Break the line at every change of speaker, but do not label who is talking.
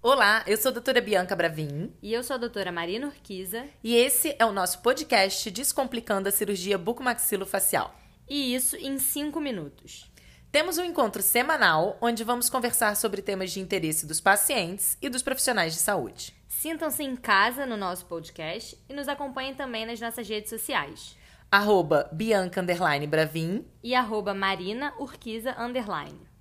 Olá, eu sou a doutora Bianca Bravin
E eu sou a doutora Marina Urquiza.
e esse é o nosso podcast Descomplicando a Cirurgia Bucomaxilofacial.
E isso em 5 minutos.
Temos um encontro semanal onde vamos conversar sobre temas de interesse dos pacientes e dos profissionais de saúde.
Sintam-se em casa no nosso podcast e nos acompanhem também nas nossas redes sociais.
Arroba Bianca underline Bravin
E arroba Marina Urquiza Underline.